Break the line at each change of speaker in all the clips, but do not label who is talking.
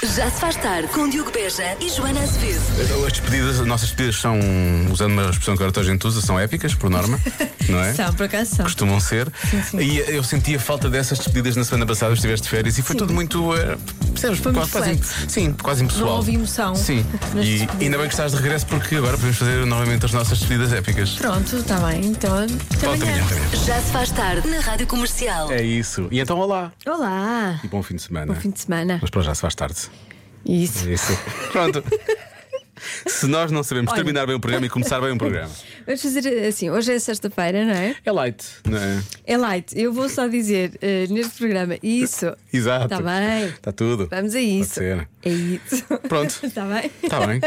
Já se faz tarde com Diogo Beja e Joana Azevedo.
Então, As despedidas, as nossas despedidas são, usando uma expressão que agora toda a gente usa, são épicas, por norma, não é?
São, por acaso são.
Costumam ser.
sim.
E eu sentia falta dessas despedidas na semana passada, estiveste de férias e foi tudo muito. eh, percebes?
Foi muito
quase,
flat.
quase, sim, quase impessoal.
Não houve emoção
Sim.
nas
E
despedidas.
ainda bem que estás de regresso porque agora podemos fazer novamente as nossas despedidas épicas.
Pronto, está bem. Então, até
Volta
amanhã.
amanhã, até amanhã.
Já se faz tarde na Rádio Comercial.
É isso. E então, olá.
Olá.
E bom fim de semana.
Bom fim de semana.
Mas para já se faz tarde.
Isso.
É isso. Pronto. Se nós não sabemos
Olha.
terminar bem o programa e começar bem o programa,
Vamos fazer assim. Hoje é sexta-feira, não é?
é light, não é?
É light. Eu vou só dizer eh, neste programa isso.
Exato.
Está bem.
Está Tá tudo.
Vamos a isso.
ser.
É isso.
Pronto.
Está bem?
Está bem.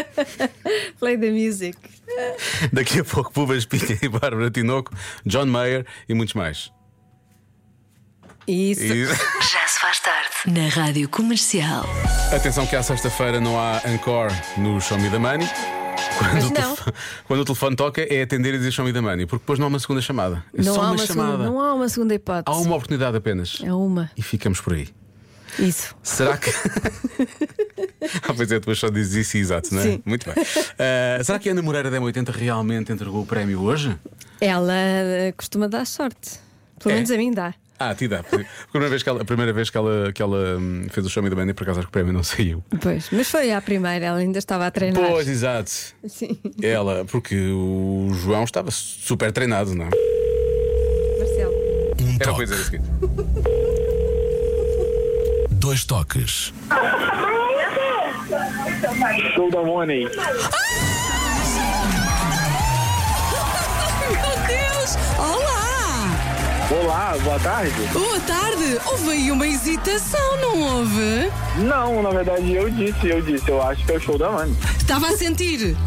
Play the music.
Daqui a pouco, Bubas Pinha e Bárbara Tinoco, John Mayer e muitos mais.
Isso.
E-
Já se faz tarde na Rádio Comercial.
Atenção que à sexta-feira não há encore no Show Me the Money. Quando,
Pois
o
não.
telefone, quando o telefone toca é atender e dizer Show Me the Money, porque depois não há uma segunda chamada. É
Não
só
há
uma,
uma
chamada.
segunda, não há uma segunda hipótese.
Há uma oportunidade apenas.
É uma.
E ficamos por aí.
Isso.
Será que. ah, pois é, depois só dizes isso, exato, não é?
Sim.
Muito bem. Ah, será que a Ana Moreira da M80 realmente entregou o prémio hoje?
Ela eh, costuma dar sorte. Pelo
É?
menos a mim dá.
Ah, te dá. porque A primeira vez que ela, a primeira vez que ela, que ela hum, fez o show me da banda, por acaso acho que o prémio não saiu.
Pois. Mas foi à primeira, ela ainda estava a treinar.
Pois, exato.
Sim.
Ela, porque o João estava super treinado, não é?
Marcelo.
Um
Era
toque,
coisa assim.
dois toques,
Show da Money.
Meu Deus! Olá!
Olá, boa tarde.
Boa tarde! Houve aí uma hesitação, não houve?
Não, na verdade eu disse, eu disse, eu acho que é o show da Money.
Estava a sentir?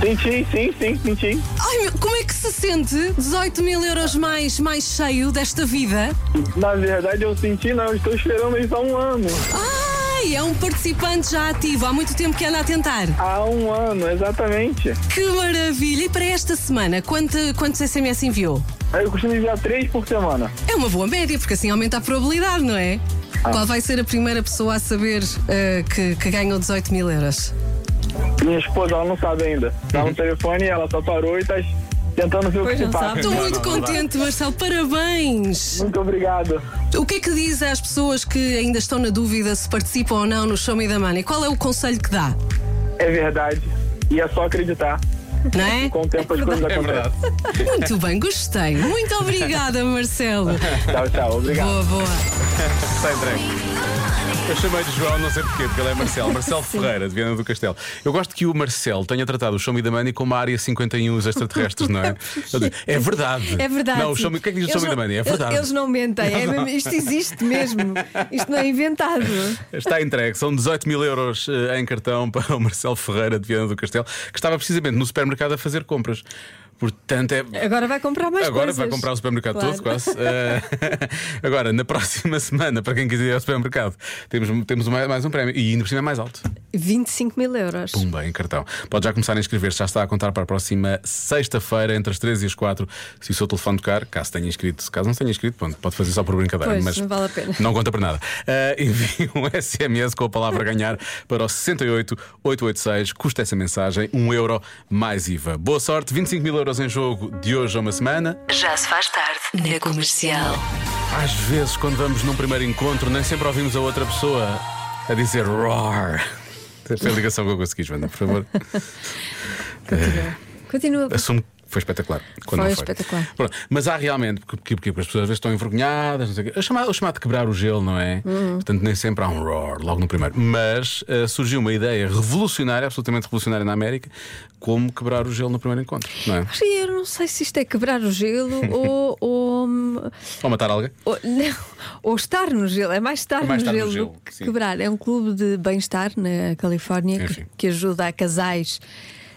Senti, sim, sim, senti.
Ai, meu, como é que se sente 18 mil euros mais, mais cheio desta vida?
Na verdade eu senti, não, eu estou esperando isso há um ano.
Ai, é um participante já ativo, há muito tempo que anda a tentar.
Há um ano, exatamente.
Que maravilha! E para esta semana, quanto, quantos SMS enviou?
Aí eu costumo enviar três por semana.
É uma boa média, porque assim aumenta a probabilidade, não é?
Ah.
Qual vai ser a primeira pessoa a saber eh, que, que ganhou 18 mil euros?
Minha esposa, ela não sabe ainda. Tá no telefone e ela só parou e tá tentando se
Uhum. Pois não
ocupar.
sabe.
Estou muito contente, Marcelo, parabéns!
Muito obrigado.
O que é que diz às pessoas que ainda estão na dúvida se participam ou não no Show Me the Money? Qual é o conselho que dá?
É verdade. E é só acreditar.
Não é?
Com o tempo as coisas
É
acontecem.
verdade.
Muito bem, gostei. Muito obrigada, Marcelo.
Tchau, tchau. Obrigado.
Boa, boa.
Está entregue. Eu chamei de João, não sei porquê, porque ele é Marcelo. Marcelo Ferreira, de Viana do Castelo. Eu gosto que o Marcelo tenha tratado o Show Me the Money como a área 51 os extraterrestres, não é? Ele diz, É verdade.
É verdade.
Não, o, show me, o que é que diz o Show
Eles
Me the
não-
Money? É
eles-
verdade.
Eles, não mentem. É mesmo- isto existe mesmo. Isto não é inventado.
Está entregue, são 18 mil euros eh, em cartão para o Marcelo Ferreira de Viana do Castelo, que estava precisamente no supermercado a fazer compras. Portanto, é.
Agora vai comprar mais
Agora
coisas.
vai comprar o supermercado
Claro.
todo, quase. Eh, agora, na próxima semana, para quem quiser ir ao supermercado, temos, temos mais, mais um prémio. E ainda por cima é mais alto.
25 mil euros.
Pumba, Um em cartão. Pode já começar a inscrever-se, já está a contar para a próxima sexta-feira, entre as 3 e as 4, se o seu telefone tocar, caso tenha inscrito. Se caso não tenha inscrito, pronto, pode fazer só por brincadeira.
Pois,
mas
não vale a pena.
Não conta para nada. Ah, envie um SMS com a palavra ganhar para o 68886. Custa essa mensagem, 1 euro mais IVA. Boa sorte, 25 mil euros em jogo de hoje a uma semana.
Já se faz tarde na Comercial.
Às vezes, quando vamos num primeiro encontro, nem sempre ouvimos a outra pessoa a dizer roar. Esta é a ligação que eu consegui, Joana, por favor. Eh,
Continua.
Assumo que foi espetacular. Quando
Foi
não
espetacular.
Pronto, mas há realmente, porque, porque, porque as pessoas às vezes estão envergonhadas, não sei o quê. O chamado, o chamado de quebrar o gelo, não é?
Uhum.
Portanto, nem sempre há um roar logo no primeiro. Mas ah, surgiu uma ideia revolucionária, absolutamente revolucionária na América, como quebrar o gelo no primeiro encontro, não é?
Mas Eu não sei se isto é quebrar o gelo ou, ou, hum,
Ou matar alguém.
ou- não, ou estar no gelo. É mais estar,
É mais
no,
estar no
gelo
gelo,
do que
sim.
quebrar. É um clube de bem-estar na Califórnia que,
Enfim.
que ajuda a casais.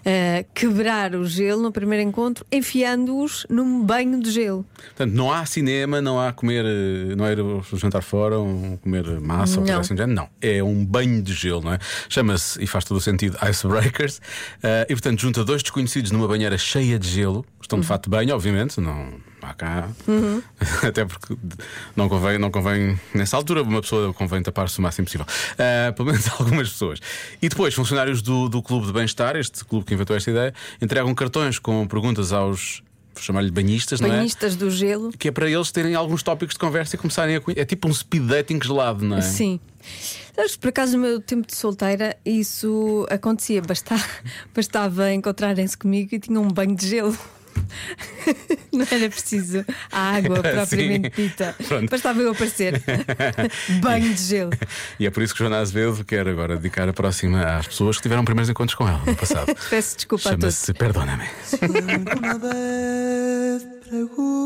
a quebrar o gelo no primeiro encontro, enfiando-os num banho de gelo.
Portanto, não há cinema, não há comer, eh, não é ir ao jantar fora, um, comer massa ou
Não.
coisa assim do género. Não. É um banho de gelo, não é? Chama-se, e faz todo o sentido, Icebreakers. Eh, Ah, e portanto, junta dois desconhecidos numa banheira cheia de gelo. Estão de fato de banho, obviamente, não. há pá, cá. Até porque não convém, não convém, nessa altura, uma pessoa convém tapar-se o máximo possível. Ah, pelo menos algumas pessoas. E depois, funcionários do, do Clube de Bem-Estar, este clube que inventou esta ideia, entregam cartões com perguntas aos. Vou chamar-lhe banhistas, não é?
Banhistas do gelo.
Que é para eles terem alguns tópicos de conversa e começarem a. conhe- É tipo um speed dating gelado, não é?
Sim. Sabes, por acaso, no meu tempo de solteira, isso acontecia. Basta- Bastava encontrarem-se comigo e tinham um banho de gelo. Não era preciso a água propriamente
Sim.
dita.
Pronto.
Bastava eu aparecer. banho de gelo.
E é por isso que Joana Azevedo quer agora dedicar a próxima às pessoas que tiveram primeiros encontros com ela no passado.
Peço desculpa a todos.
Chama-se Perdona-me.
Una vez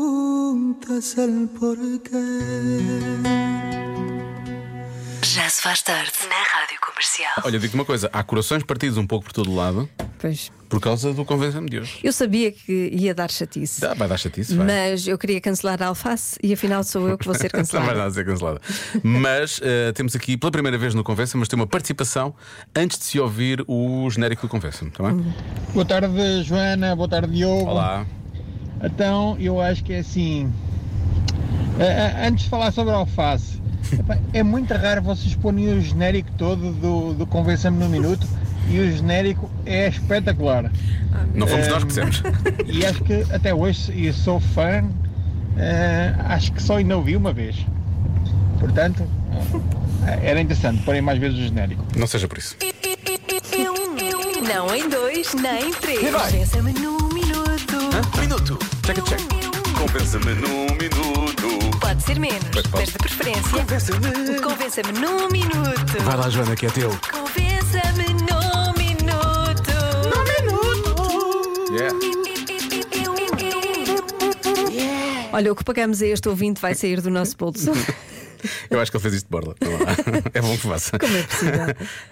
preguntas el por qué.
Já se faz tarde na Rádio Comercial.
Olha, digo uma coisa: há corações partidos um pouco por todo lado
Pois.
por causa do Convença-me de hoje.
Eu sabia que ia dar chatice.
Dá, vai dar chatice, vai.
Mas eu queria cancelar a alface e afinal sou eu que vou ser
Não vai
cancelada.
nada a ser cancelada. Mas eh, temos aqui pela primeira vez no Convença, mas tem uma participação antes de se ouvir o genérico do Convença-me, está bem?
Uhum.
Boa tarde, Joana. Boa tarde, Diogo.
Olá.
Então, eu acho que é assim. a- a- Antes de falar sobre a alface, epá, é muito raro vocês porem o genérico todo do, do Convença-me no Minuto e o genérico é espetacular.
Não fomos nós que dissemos.
E acho que até hoje, e eu sou fã, eh, acho que só ainda ouvi uma vez. Portanto, eh, era interessante porem mais vezes o genérico.
Não seja por isso.
Não em dois, nem em três. Pensa-me num minuto.
Minuto.
Check it, check.
Compensa-me num minuto.
Pode ser menos,
Pois pode.
mas de preferência.
Compensa-me.
Convença-me num minuto.
Vai lá, Joana, que é teu.
Convença-me num minuto. Num
Yeah.
minuto.
Olha, o que pagamos a este ouvinte vai sair do nosso bolso.
Eu acho que ele fez isto de borda. Vá lá. É bom que faça.
Como é possível?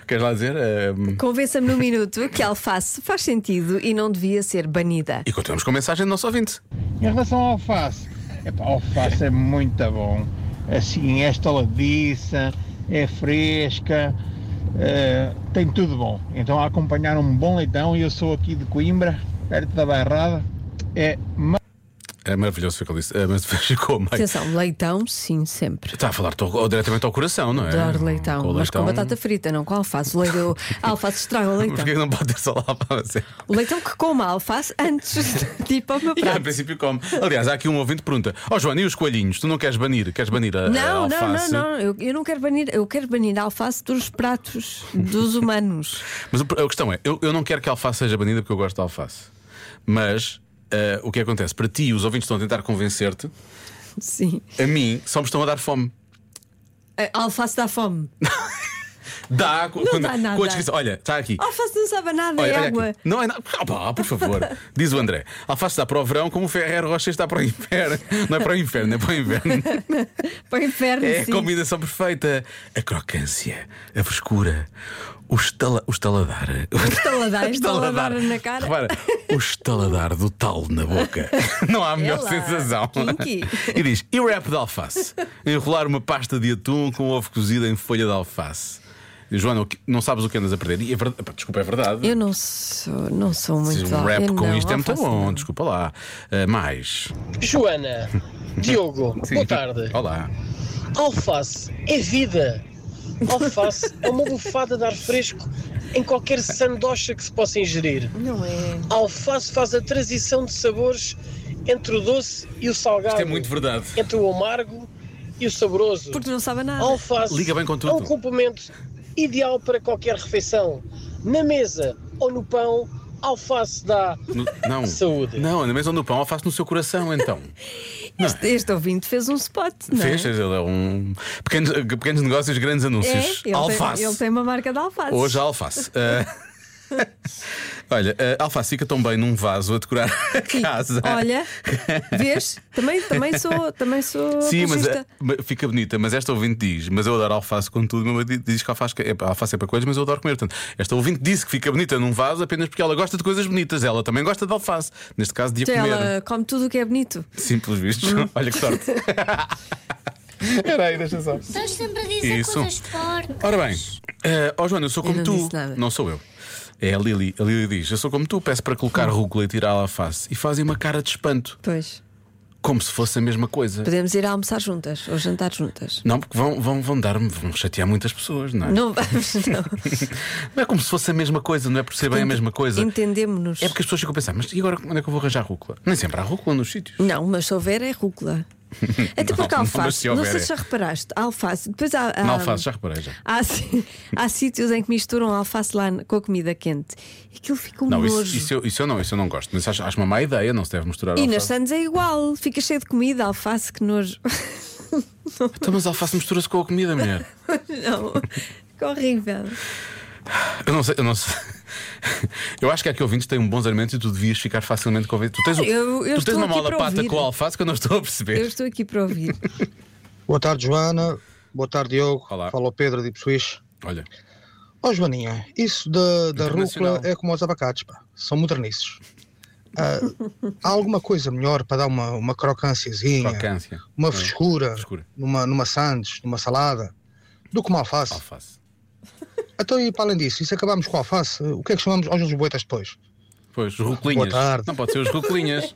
Queres lá dizer? Eh,
Convença-me num minuto que a alface faz sentido e não devia ser banida.
E continuamos com a mensagem do nosso ouvinte.
Em relação ao alface, epá, alface é muito bom. Assim, é estaladiça, é fresca, eh, tem tudo bom. Então, a acompanhar um bom leitão, e eu sou aqui de Coimbra, perto da Bairrada, é
É maravilhoso foi o que ele disse, eh, mas ficou meio.
Atenção, leitão, sim, sempre.
Está a falar to- ou diretamente ao coração, não é?
Adoro leitão,
Com o
mas com batata frita, não com alface. O leite- o- A alface estraga o leitão.
Porquê que não pode ter só lá para você?
O leitão que come a alface antes de ir para o meu
E em
prato.
princípio come. Aliás, há aqui um ouvinte que pergunta: Ó Joana, e os coelhinhos? Tu não queres banir? Queres banir a, a
Não, não, não,
É alface?
não. Eu, eu não quero banir, eu quero banir a alface dos pratos dos humanos.
Mas o- a questão é: eu, eu não quero que a alface seja banida porque eu gosto de alface. Mas eh, o que acontece? Para ti, os ouvintes estão a tentar convencer-te,
Sim.
a mim só me estão a dar fome.
A alface dá fome.
Dá, não
dá nada.
com a descrição. Olha, está aqui.
Alface não sabe a nada,
Olha,
é
olha
água.
aqui. Não é nada. Ah, pá, por favor. Diz o André. Alface está para o verão como o Ferreiro Rocha está para o inferno. Não é para o inferno, é para o inverno.
Para o inferno,
É a
sim.
combinação perfeita. A crocância, a frescura, o, estala, o estaladar. O
estaladar, estaladar na cara.
Repara, o estaladar do tal na boca. Não há melhor
Ela,
sensação.
kinky.
E diz: e wrap de alface? Enrolar uma pasta de atum com ovo cozido em folha de alface. E, Joana, o que- não sabes o que andas a perder. E é verdade- pá, desculpa, é verdade.
Eu não sou, não sou muito.
Um rap
eu
com
não,
isto é muito
alface
bom,
não.
desculpa lá. Uh, mais.
Joana, Diogo, boa tarde.
Olá.
Alface é vida. Alface é uma bufada de ar fresco em qualquer sandocha que se possa ingerir.
Não é.
Alface faz a transição de sabores entre o doce e o salgado.
Isto é muito verdade.
Entre o amargo e o saboroso.
Porque não sabe nada.
Alface
Liga bem com tudo.
é um complemento ideal para qualquer refeição. Na mesa ou no pão, alface dá.
No- não.
Saúde.
Não, na mesa onde o pão, alface no seu coração, então.
Este, este ouvinte fez um spot, não é?
Fez, fez ele é um. Pequenos, pequenos negócios, grandes
É,
anúncios.
ele,
alface.
Tem, ele tem uma marca de alface.
Hoje a alface. Uh, Olha, a alface fica tão bem num vaso a decorar a
Sim.
casa.
Olha, vês? Também, também sou, também sou
Sim, mas é
apologista.
mas fica bonita, mas esta ouvinte diz, mas eu adoro alface com tudo, meu marido diz que alface é, pá, alface é para coisas, mas eu adoro comer. Portanto, esta ouvinte disse que fica bonita num vaso apenas porque ela gosta de coisas bonitas, ela também gosta de alface, neste caso de a
Então
comer.
Ela come tudo o que é bonito.
Simples vistos.
Hum.
Olha que sorte. Espera aí, deixa só.
Estás sempre a dizer
Isso.
coisas fortes.
Ora bem, eh, ó Joana, eu sou como
não
tu.
disse nada.
Não sou eu. É a Lili.
Hum.
A Lili diz: Eu sou como tu, peço para colocar rúcula e tirá-la à face. E fazem uma cara de espanto.
Pois.
como se fosse a mesma coisa.
Podemos ir almoçar juntas ou jantar juntas.
Não, porque vão, vão, vão dar-me, vão chatear muitas pessoas, não é?
é. Não vamos, não.
Não é como se fosse a mesma coisa, não é por ser
Então,
bem a mesma coisa.
Entendemos-nos.
É porque as pessoas ficam a pensar, mas e agora onde é que eu vou arranjar rúcula? Nem sempre há rúcula nos sítios.
Não, mas se houver é rúcula. Até
Não,
porque a
mas se
alface, não
houver
sei se
é.
já reparaste, a alface, depois há. há-
Na alface, já reparei já.
Há, si- há sítios em que misturam a alface lá na- com a comida quente. E aquilo fica um
Não,
nojo.
isso, isso, eu, isso eu não, isso eu não gosto. Mas acho, acho uma má ideia, não se deve misturar
E nas
alface.
Sandes é igual, fica cheio de comida, alface, que nojo.
Então, mas alface mistura-se com a comida, mulher.
não, que horrível.
Eu não sei, eu não sei. Eu acho que aqui ouvintes têm um bons argumentos e tu devias ficar facilmente convencido. Tu tens, um-
Eu- eu
tu tens
estou
uma
aqui
mala
para
pata
ouvir.
com alface que eu não estou a perceber.
Eu estou aqui para ouvir.
Boa tarde, Joana. Boa tarde, Diogo.
Olá.
Fala o Pedro de Ipswich.
Olha,
Ó, Joaninha, isso da, da
Internacional.
rúcula é como os abacates, pá. São modernices. Ah, há alguma coisa melhor para dar uma, uma crocânciazinha,
crocância.
uma
É.
frescura,
Frescura.
numa, numa sandes, numa salada, do que uma alface?
Alface.
Então, e para além disso, e se acabarmos com a alface, o que é que chamamos aos lisboetas depois?
Pois, ruclinhas.
Boa tarde.
Não pode ser os ruclinhas.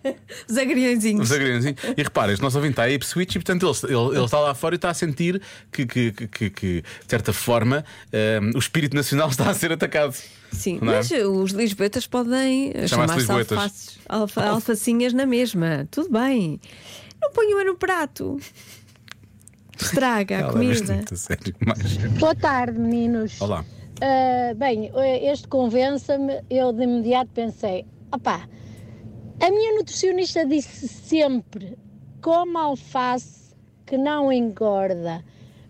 Os agriõezinhos.
os agriõezinhos. assim. E repara, este nosso ouvinte está a Ipswich e, portanto, ele, ele, ele está lá fora e está a sentir que, que, que, que- que, de certa forma, hum, o espírito nacional está a ser atacado.
Sim,
Não é?
mas os lisboetas podem eh,
Chamar-se
chamar-se
lisboetas.
alfaces, alfa- alfacinhas na mesma. Tudo bem. Não ponham no prato. Estraga a
Ela é leva-se
comida.
muito a sério. Mas,
Boa tarde, meninos.
olá.
Ah, bem, este convença-me, eu de imediato pensei: opá, a minha nutricionista disse sempre: coma alface que não engorda.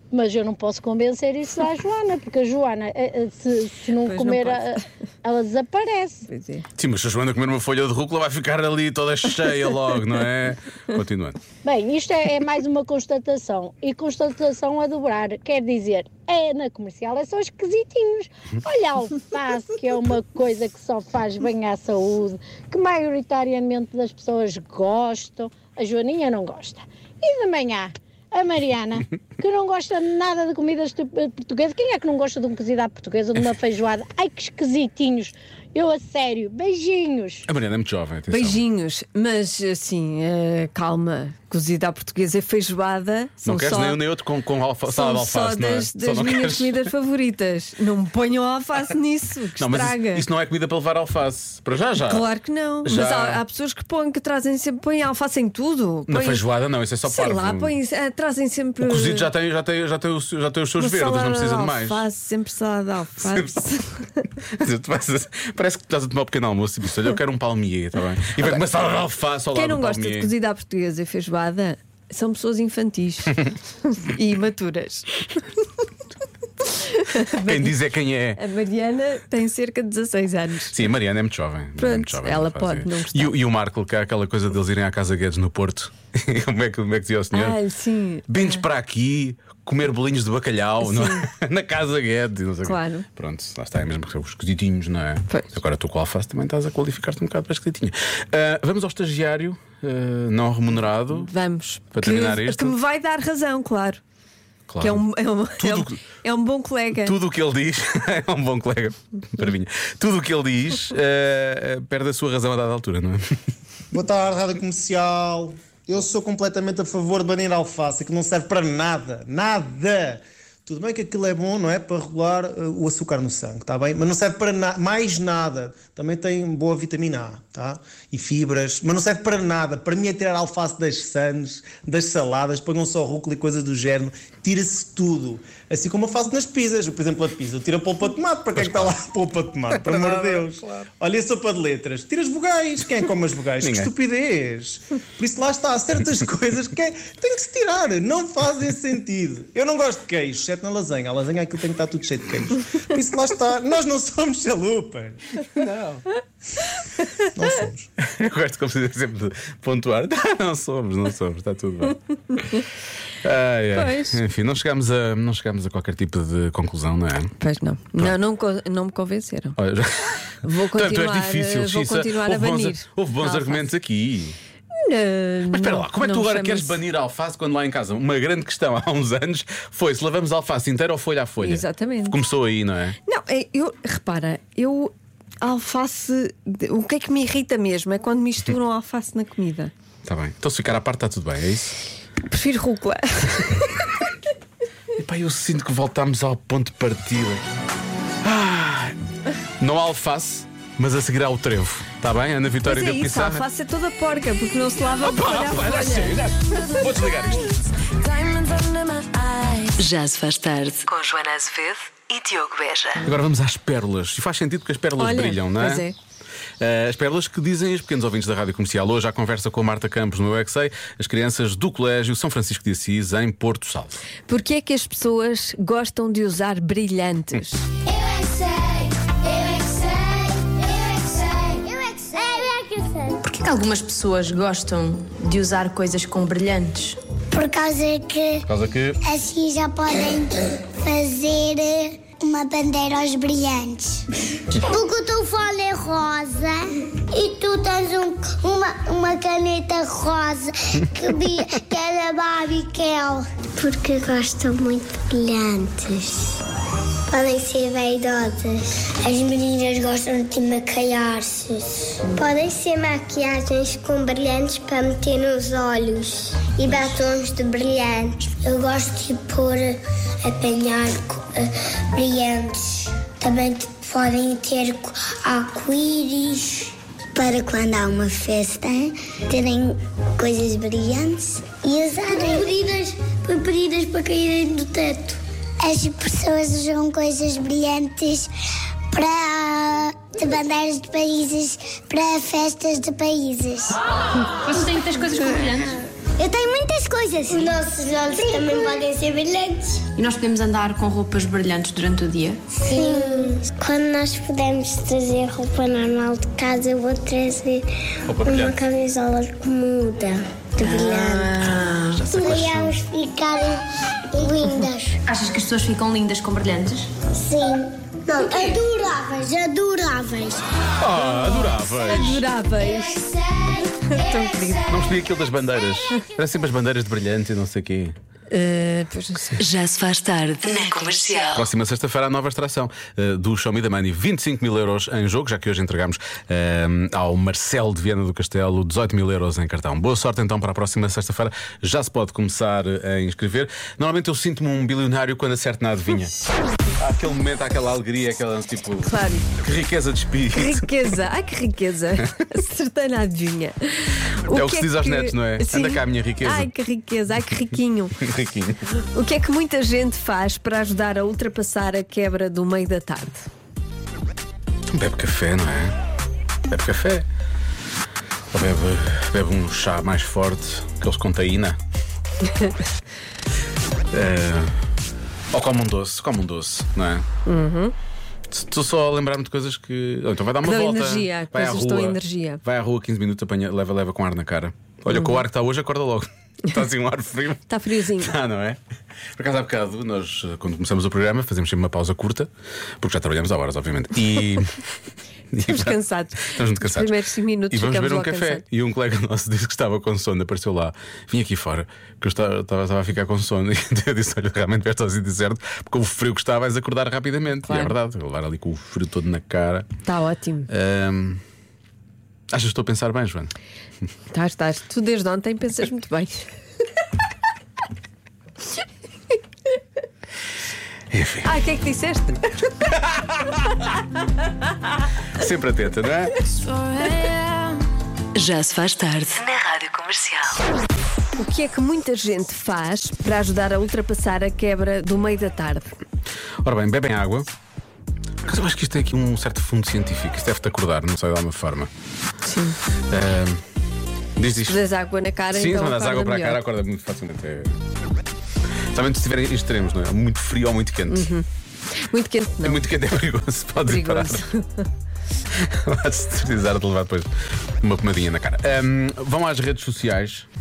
Mas eu não posso convencer isso à Joana, porque a Joana, eh, eh, se, se não
Pois não
comer,
pode.
eh, ela desaparece.
Pois é.
Sim, mas se a Joana comer uma folha de rúcula vai ficar ali toda cheia logo, não é? Continuando.
Bem, isto é, é mais uma constatação. E constatação a dobrar. Quer dizer, é na comercial, é só esquisitinhos. Olha, a alface, que é uma coisa que só faz bem à saúde, que maioritariamente das pessoas gostam. A Joaninha não gosta. E de manhã, a Mariana, que não gosta nada de comidas tu- portuguesas. Quem é que não gosta de uma cozida à portuguesa, de uma feijoada? Ai, que esquisitinhos. Eu, a sério, beijinhos.
A Mariana é muito jovem, atenção.
Beijinhos, mas assim, eh, calma. Cozida à portuguesa é feijoada.
Não
são
queres
só...
nem um nem outro com, com alfa,
São
salada de
só
alface, não é?
das,
Só
das
não
minhas
queres-
comidas favoritas. Não me ponham alface nisso, que
Não, mas
estraga.
isso, isso não é comida para levar alface. Para já, já.
Claro que não. Mas
Já.
há, há pessoas que põem, que trazem sempre, põem alface em tudo.
Na
põem-
feijoada, não, isso é só
Sei
parvo.
lá, põem, eh, trazem sempre.
O cozido já tem, já tem, já tem, os, já tem os seus
uma
verdes,
salada
não precisa de mais.
alface, sempre salada de alface.
Quer dizer, tu vais- Parece que estás a tomar um pequeno almoço e dizes, olha, eu quero um palmier, está bem? E vai começar a alface ao
Quem
lado
não
do
gosta de
palmier.
cozida à portuguesa e feijoada são pessoas infantis e imaturas.
Quem diz é quem é.
A Mariana tem cerca de 16 anos.
Sim, a Mariana é muito jovem. Pronto, é muito jovem,
ela
não faz
pode
ideia.
não gostar.
E, o- e o Marco, que há aquela coisa deles irem à Casa Guedes no Porto. como, é que, como é que dizia o senhor?
Ah, sim.
Vindos para aqui comer bolinhos de bacalhau não é? na Casa Guedes. Não sei o quê.
Claro.
Pronto, lá está, é mesmo que são os esquisitinhos, não é?
Pois.
Agora tu com a alface também estás a qualificar-te um bocado para esquisitinho. Ah, vamos ao estagiário ah, não remunerado.
Vamos.
Para
que,
terminar isto?
que me vai dar razão, claro.
Claro.
Que é um, é, um, é, um,
que-
é um bom colega.
Tudo o que ele diz é um bom colega para mim. Tudo o que ele diz ah, ah, perde a sua razão a dada altura, não é?
Boa tarde, Rádio Comercial. Eu sou completamente a favor de banir a alface, que não serve para nada, nada. Tudo bem que aquilo é bom, não é? Para regular eh, o açúcar no sangue, está bem? Mas não serve para na- mais nada. Também tem boa vitamina A, tá? E fibras, mas não serve para nada. Para mim é tirar a alface das sandes, das saladas, põe um só rúcula e coisas do género. Tira-se tudo. Assim como eu faço nas pizzas. Eu, Por exemplo, a pizza, eu tiro a polpa de tomate. Para que é que está lá a polpa de tomate? Por amor de Deus. Olha a sopa de letras. Tira as vogais. Quem é que come as vogais? Que
Ninguém.
estupidez. Por isso lá está. Há certas coisas que é- tem que se tirar. Não fazem sentido. Eu não gosto de queijo, exceto na lasanha. A lasanha é aquilo que tem que estar tudo cheio de queijo. Por isso lá está. Nós não somos chalupas. Não. Não somos.
Eu gosto como se sempre de pontuar. Não somos, não somos, está tudo bem. Ai, ai.
Pois.
Enfim, não chegámos, a, não chegámos a qualquer tipo de conclusão, não é?
Pois não. Não, não, co- não me convenceram.
Olha, já-
Vou
Portanto,
continuar, eh,
é difícil,
vou
Xissa.
continuar a
Houve bons-
banir.
Houve bons
Alface.
argumentos aqui.
Não,
Mas espera
não-
lá, como é que tu
não
agora
chama-se-
queres banir a alface quando lá em casa? Uma grande questão há uns anos foi se lavamos a alface inteira ou folha a folha.
Exatamente.
Começou aí, não é?
Não, é- eu, repara, eu. Alface. de- O que é que me irrita mesmo é quando misturam alface na comida.
Está bem. Então se ficar à parte está tudo bem, é isso?
Prefiro rúcula.
Epá, eu sinto que voltámos ao ponto de partida. Ah, não há alface, mas a seguir há o trevo. Está bem? Ana Vitória
Mas é
deu
isso, a
pizarra.
alface é toda porca, porque não se lava
Opa,
para a
opa, já
folha.
chega, Vou desligar isto.
Já se faz tarde com Joana Azevedo e Diogo Beja.
Agora vamos às pérolas. E faz sentido porque as pérolas
Olha,
brilham, não é?
pois é.
Eh, as pérolas que dizem os pequenos ouvintes da rádio comercial. Hoje, à conversa com a Marta Campos no UXA, as crianças do Colégio São Francisco de Assis, em Porto Salvo.
Porquê é que as pessoas gostam de usar brilhantes?
Porquê que algumas pessoas gostam de usar coisas com brilhantes?
Por causa que
Por causa que.
assim já podem fazer eh, uma bandeira aos brilhantes. Porque o telefone é rosa e tu tens um- uma, uma caneta rosa que, vi- que é da Barbie Kel. Porque gostam muito de brilhantes. Podem ser vaidosas. As meninas gostam de maquiar-se. Podem ser maquiagens com brilhantes para meter nos olhos e batons de brilhantes. Eu gosto de pôr, apanhar co- eh, brilhantes. Também te- podem ter co- arco-íris. Para quando há uma festa, terem coisas brilhantes e usarem paperidas, paperidas para caírem do teto. As pessoas usam coisas brilhantes para de bandeiras de países, para festas de países. Vocês têm muitas coisas brilhantes? Eu tenho muitas coisas. Os nossos olhos também podem ser brilhantes.
E nós podemos andar com roupas brilhantes durante o dia?
Sim. Quando nós pudermos trazer roupa normal de casa, eu vou trazer
Roupa
uma
brilhante.
camisola que muda de
Ah,
brilhante. Podíamos ficar lindas.
Achas que as pessoas ficam lindas com brilhantes?
Sim. Adoráveis, adoráveis.
Ah, adoráveis!
Adoráveis. Tão querido.
Não percebi aquilo das bandeiras. Era sempre as bandeiras de brilhante e não sei o quê.
Já se faz tarde na comercial.
Próxima sexta-feira, a nova extração eh, do Show Me the Money. 25 mil euros em jogo, já que hoje entregamos eh, ao Marcelo de Viana do Castelo 18 mil euros em cartão. Boa sorte então para a próxima sexta-feira. Já se pode começar eh, a inscrever. Normalmente eu sinto-me um bilionário quando acerto na adivinha. Há aquele momento, há aquela alegria, aquela tipo.
Claro.
Que riqueza de
Que
espírito.
riqueza, ai que riqueza. Acertei na adivinha.
É o que se diz aos netos, não é? Anda cá a minha riqueza.
Ai que riqueza, ai que riquinho.
Riquinho.
O que é que muita gente faz para ajudar a ultrapassar a quebra do meio da tarde?
Então Bebe café, não é? Bebe café. Ou bebe, bebe um chá mais forte, aqueles com taína. É, Ou come um doce, come um doce, não é?
Uhum.
Estou só a lembrar-me de coisas que. ou Então vai dar uma
Que dão
volta.
energia,
vai à
coisas
rua.
dão energia.
Vai à rua 15 minutos, apanha, leva, leva com ar na cara. Olha,
Uhum.
com o ar que está hoje, acorda logo. Está assim um ar frio.
Está friozinho.
Ah, não é? Por acaso há bocado, nós, eh, quando começamos o programa, fazemos sempre uma pausa curta, porque já trabalhamos há horas, obviamente. E. e
Estamos
já-
cansados.
Estamos muito
Os
cansados.
primeiros cinco minutos
E vamos
ficamos
beber um
logo
café.
cansados.
E um colega nosso disse que estava com sono, apareceu lá. Vim aqui fora, que eu estava, estava- estava a ficar com sono. E eu disse: Olha, realmente vais ao sítio certo, porque o frio que está, vais acordar rapidamente. E é verdade, levar ali com o frio todo na cara.
Está Tá ótimo.
Ahm, Achas que estou a pensar bem, Joana?
Estás, Tá, estás. Tu desde ontem pensas muito bem.
Enfim.
Ai, o que é que disseste?
Sempre atenta, não é?
Já se faz tarde na rádio comercial.
O que é que muita gente faz para ajudar a ultrapassar a quebra do meio da tarde?
Ora bem, bebem água. Por acaso eu acho que isto tem aqui um certo fundo científico. Isto deve-te acordar, não sei de alguma forma.
Sim.
diz
Se
diz.
des água na cara,
Sim, se
então
mandas
acorda
água para a
melhor.
cara, acorda muito facilmente. É. Somente se estiverem em extremos, não é? Muito frio ou muito quente.
Uhum. Muito quente,
É muito quente, é perigoso. Podes ir parar. Vais-te deslizar de levar depois uma pomadinha na cara. Ahm, vão às redes sociais.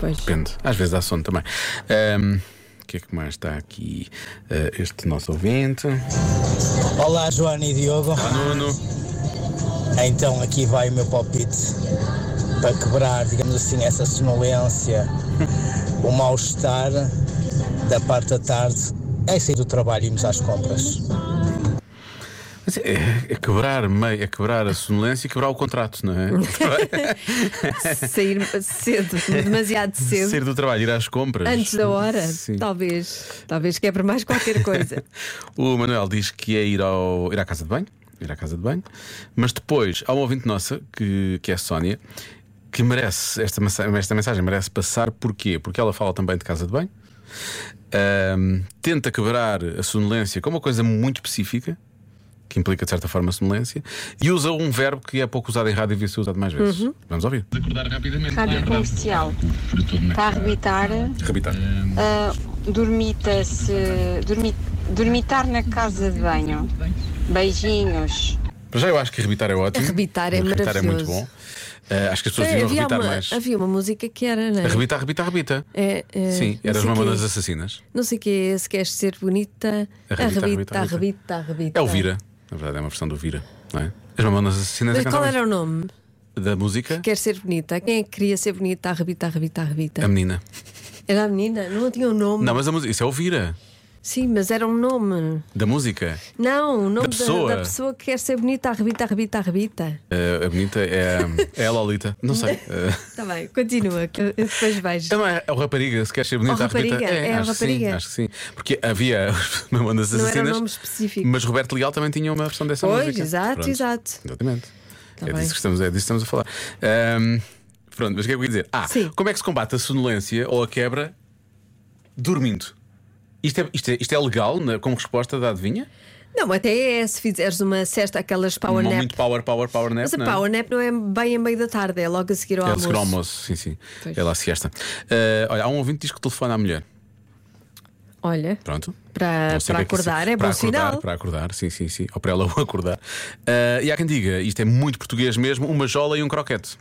Pois.
Depende. Às vezes há sono também. Ahm, O que é que mais está aqui? Ah, este nosso ouvinte.
Olá, Joana e Diogo. Então, aqui vai o meu palpite para quebrar, digamos assim, essa sonolência, o mal-estar da parte da tarde. É sair do trabalho e irmos às compras.
Mas é, é quebrar meio, é quebrar a sonolência e quebrar o contrato, não é?
Sair cedo, demasiado cedo.
Sair do trabalho, ir às compras.
Antes da hora,
Sim.
talvez. Talvez quebre mais qualquer coisa.
O Manuel diz que é ir, ao, ir à casa de banho, ir à casa de banho, mas depois há uma ouvinte nossa, que, que é a Sónia, que merece, esta, mensa- esta mensagem merece passar, porquê? Porque ela fala também de casa de banho, ahm, tenta quebrar a sonolência com uma coisa muito específica, que implica de certa forma sonolência, e usa um verbo que é pouco usado em rádio e devia ser usado mais vezes.
Uhum.
Vamos ouvir.
Rádio comercial. Está a arrebitar.
Rebitar.
ah, dormita-se. dormi- dormitar na casa de banho. Beijinhos.
Para já eu acho que rebitar é ótimo.
Arrebitar é
Rebitar é muito
maravilhoso.
bom. Ah, acho que as pessoas
É,
deviam
havia,
rebitar
uma,
mais.
havia uma música que era, não é?
Arrebita, arrebita, arrebita.
É, é,
Sim,
não
eras
sei
uma
quê.
das assassinas.
Não sei o que é, se queres ser bonita,
Arrebita,
arrebita,
arrebita,
arrebita, arrebita.
É o Vira, na verdade é uma versão do Vira, não é? As mamonas assassinas
Mas
é
qual
cantava-
era o nome?
da música?
Quer ser bonita. Quem é que queria ser bonita? Arrebita, arrebita, arrebita.
A menina.
Hum. Era a menina, não tinha o nome.
Não, mas a música, isso é o Vira,
Sim, mas era um nome.
da música.
Não, o
Da
nome da,
pessoa.
da pessoa que quer ser bonita, arrebita, arrebita, arrebita.
Eh, a bonita é, é a Lolita. Não sei. eh,
Está Tá bem, continua, que eu- eu depois vais.
Também é o rapariga, se quer ser bonita,
Oh,
arrebita.
rapariga, é a
acho que
rapariga.
Sim, acho que sim. Porque havia as mamonas
Não era um
assassinas.
nome específico.
Mas Roberto Leal também tinha uma versão dessa
Pois,
música.
exato,
Pronto.
exato.
Exatamente. é,
Tá bem.
disso que estamos, é disso que estamos a falar. Ahm, pronto, mas o que é que eu ia dizer? Ah, como é que se combate a sonolência ou a quebra dormindo? Isto é, isto é, isto é legal na- como resposta da adivinha?
Não, até é se fizeres uma cesta, aquelas power
Mu-
nap.
Muito power, power, power nap.
Mas a
não é?
power nap não é bem a meio da tarde, é logo a seguir ao
É a
almoço.
seguir ao almoço, sim, sim.
Pois.
É lá a siesta. Ah, olha, há um ouvinte que diz que telefona à mulher.
Olha,
Pronto.
para,
Não sei
para
o que é que isso
acordar é
para
bom
acordar,
sinal.
Para acordar, sim, sim, sim. Ou para ela o acordar. Ah, e há quem diga, isto é muito português mesmo, uma jola e um croquete.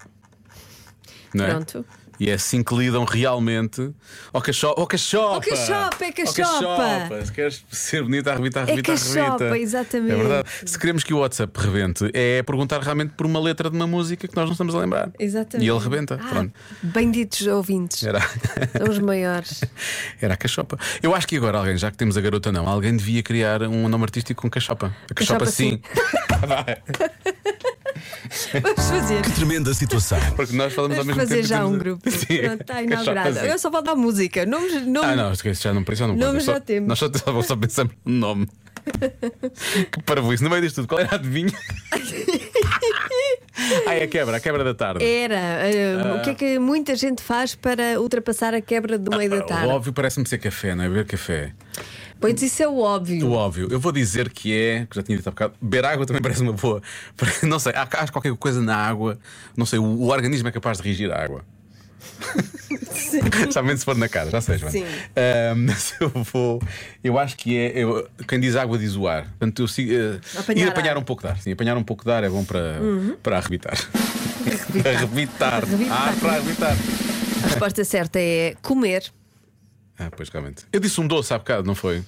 Não é?
Pronto.
E é assim que lidam realmente. Ó cachopa! Ó cachopa!
Ó cachopa, é cachopa!
Se queres ser bonita, arrebita, arrebita,
cachopa,
arrebita.
exatamente.
É verdade. Se queremos que o WhatsApp rebente, é perguntar realmente por uma letra de uma música que nós não estamos a lembrar.
Exatamente.
E ele rebenta.
Ah,
Pronto.
Benditos ouvintes,
Era,
são os maiores.
era a cachopa. Eu acho que agora alguém, já que temos a garota não, alguém devia criar um nome artístico com cachopa. A cachopa,
Cachopa
sim.
Vamos fazer.
Que tremenda situação. Porque nós falamos ao
Vamos
mesmo
fazer
tempo. e
já
temos
um
a-
grupo.
Sim,
Pronto, está
cachopa,
inaugurado.
sim.
Agora só falta a música. Nomes, nomes...
Ah, não, esquece, já não, isso já não
Nomes
conta.
já
Só-
temos.
Nós só, só, só pensamos no nome. que parvoíce. No meio disto tudo, qual era a adivinha? ah, é a quebra, a quebra da tarde.
Era. ah,
Ah.
O que é que muita gente faz para ultrapassar a quebra do meio da
O
tarde?
Ah, óbvio parece-me ser café, não é? Beber café.
Pois isso é o óbvio.
O óbvio. Eu vou dizer que é, que já tinha dito há bocado, beber água também parece uma boa. Não sei, há, há qualquer coisa na água, não sei, o, o organismo é capaz de reagir à água. Somente se for na casa, já sei, Joana.
Sim.
Ahm, mas eu vou. Eu acho que é. eu- quem diz água diz o ar. Portanto, eu sigo. eh,
Apanhar
ir apanhar
ar.
um pouco de ar. Sim, apanhar um pouco de ar é bom para,
Uhum.
para arrebitar. Arrebitar.
Arrebitar.
Ar para arrebitar.
A resposta certa é comer.
Ah, pois realmente. Eu disse um doce há bocado, não foi?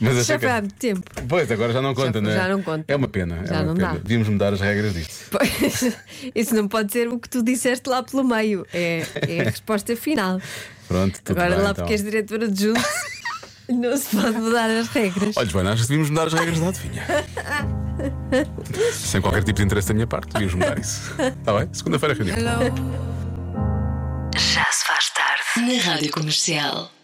Mas achei
Já
é, que-
foi há muito tempo.
Pois, agora já não conta,
Já-
não é?
já não conta.
É uma pena.
Já
é uma
não
pena.
dá.
Devíamos mudar as regras disto.
Pois, isso não pode ser o que tu disseste lá pelo meio. É, é a resposta final.
Pronto, tudo
Agora
bem,
lá
então.
porque és diretora de junto, não se pode mudar as regras.
Olha, Joana, acho que devíamos mudar as regras da adivinha. Sem qualquer tipo de interesse da minha parte, devíamos mudar isso. Está bem? Segunda-feira reunimos.
Já se faz tarde. Na Rádio Comercial.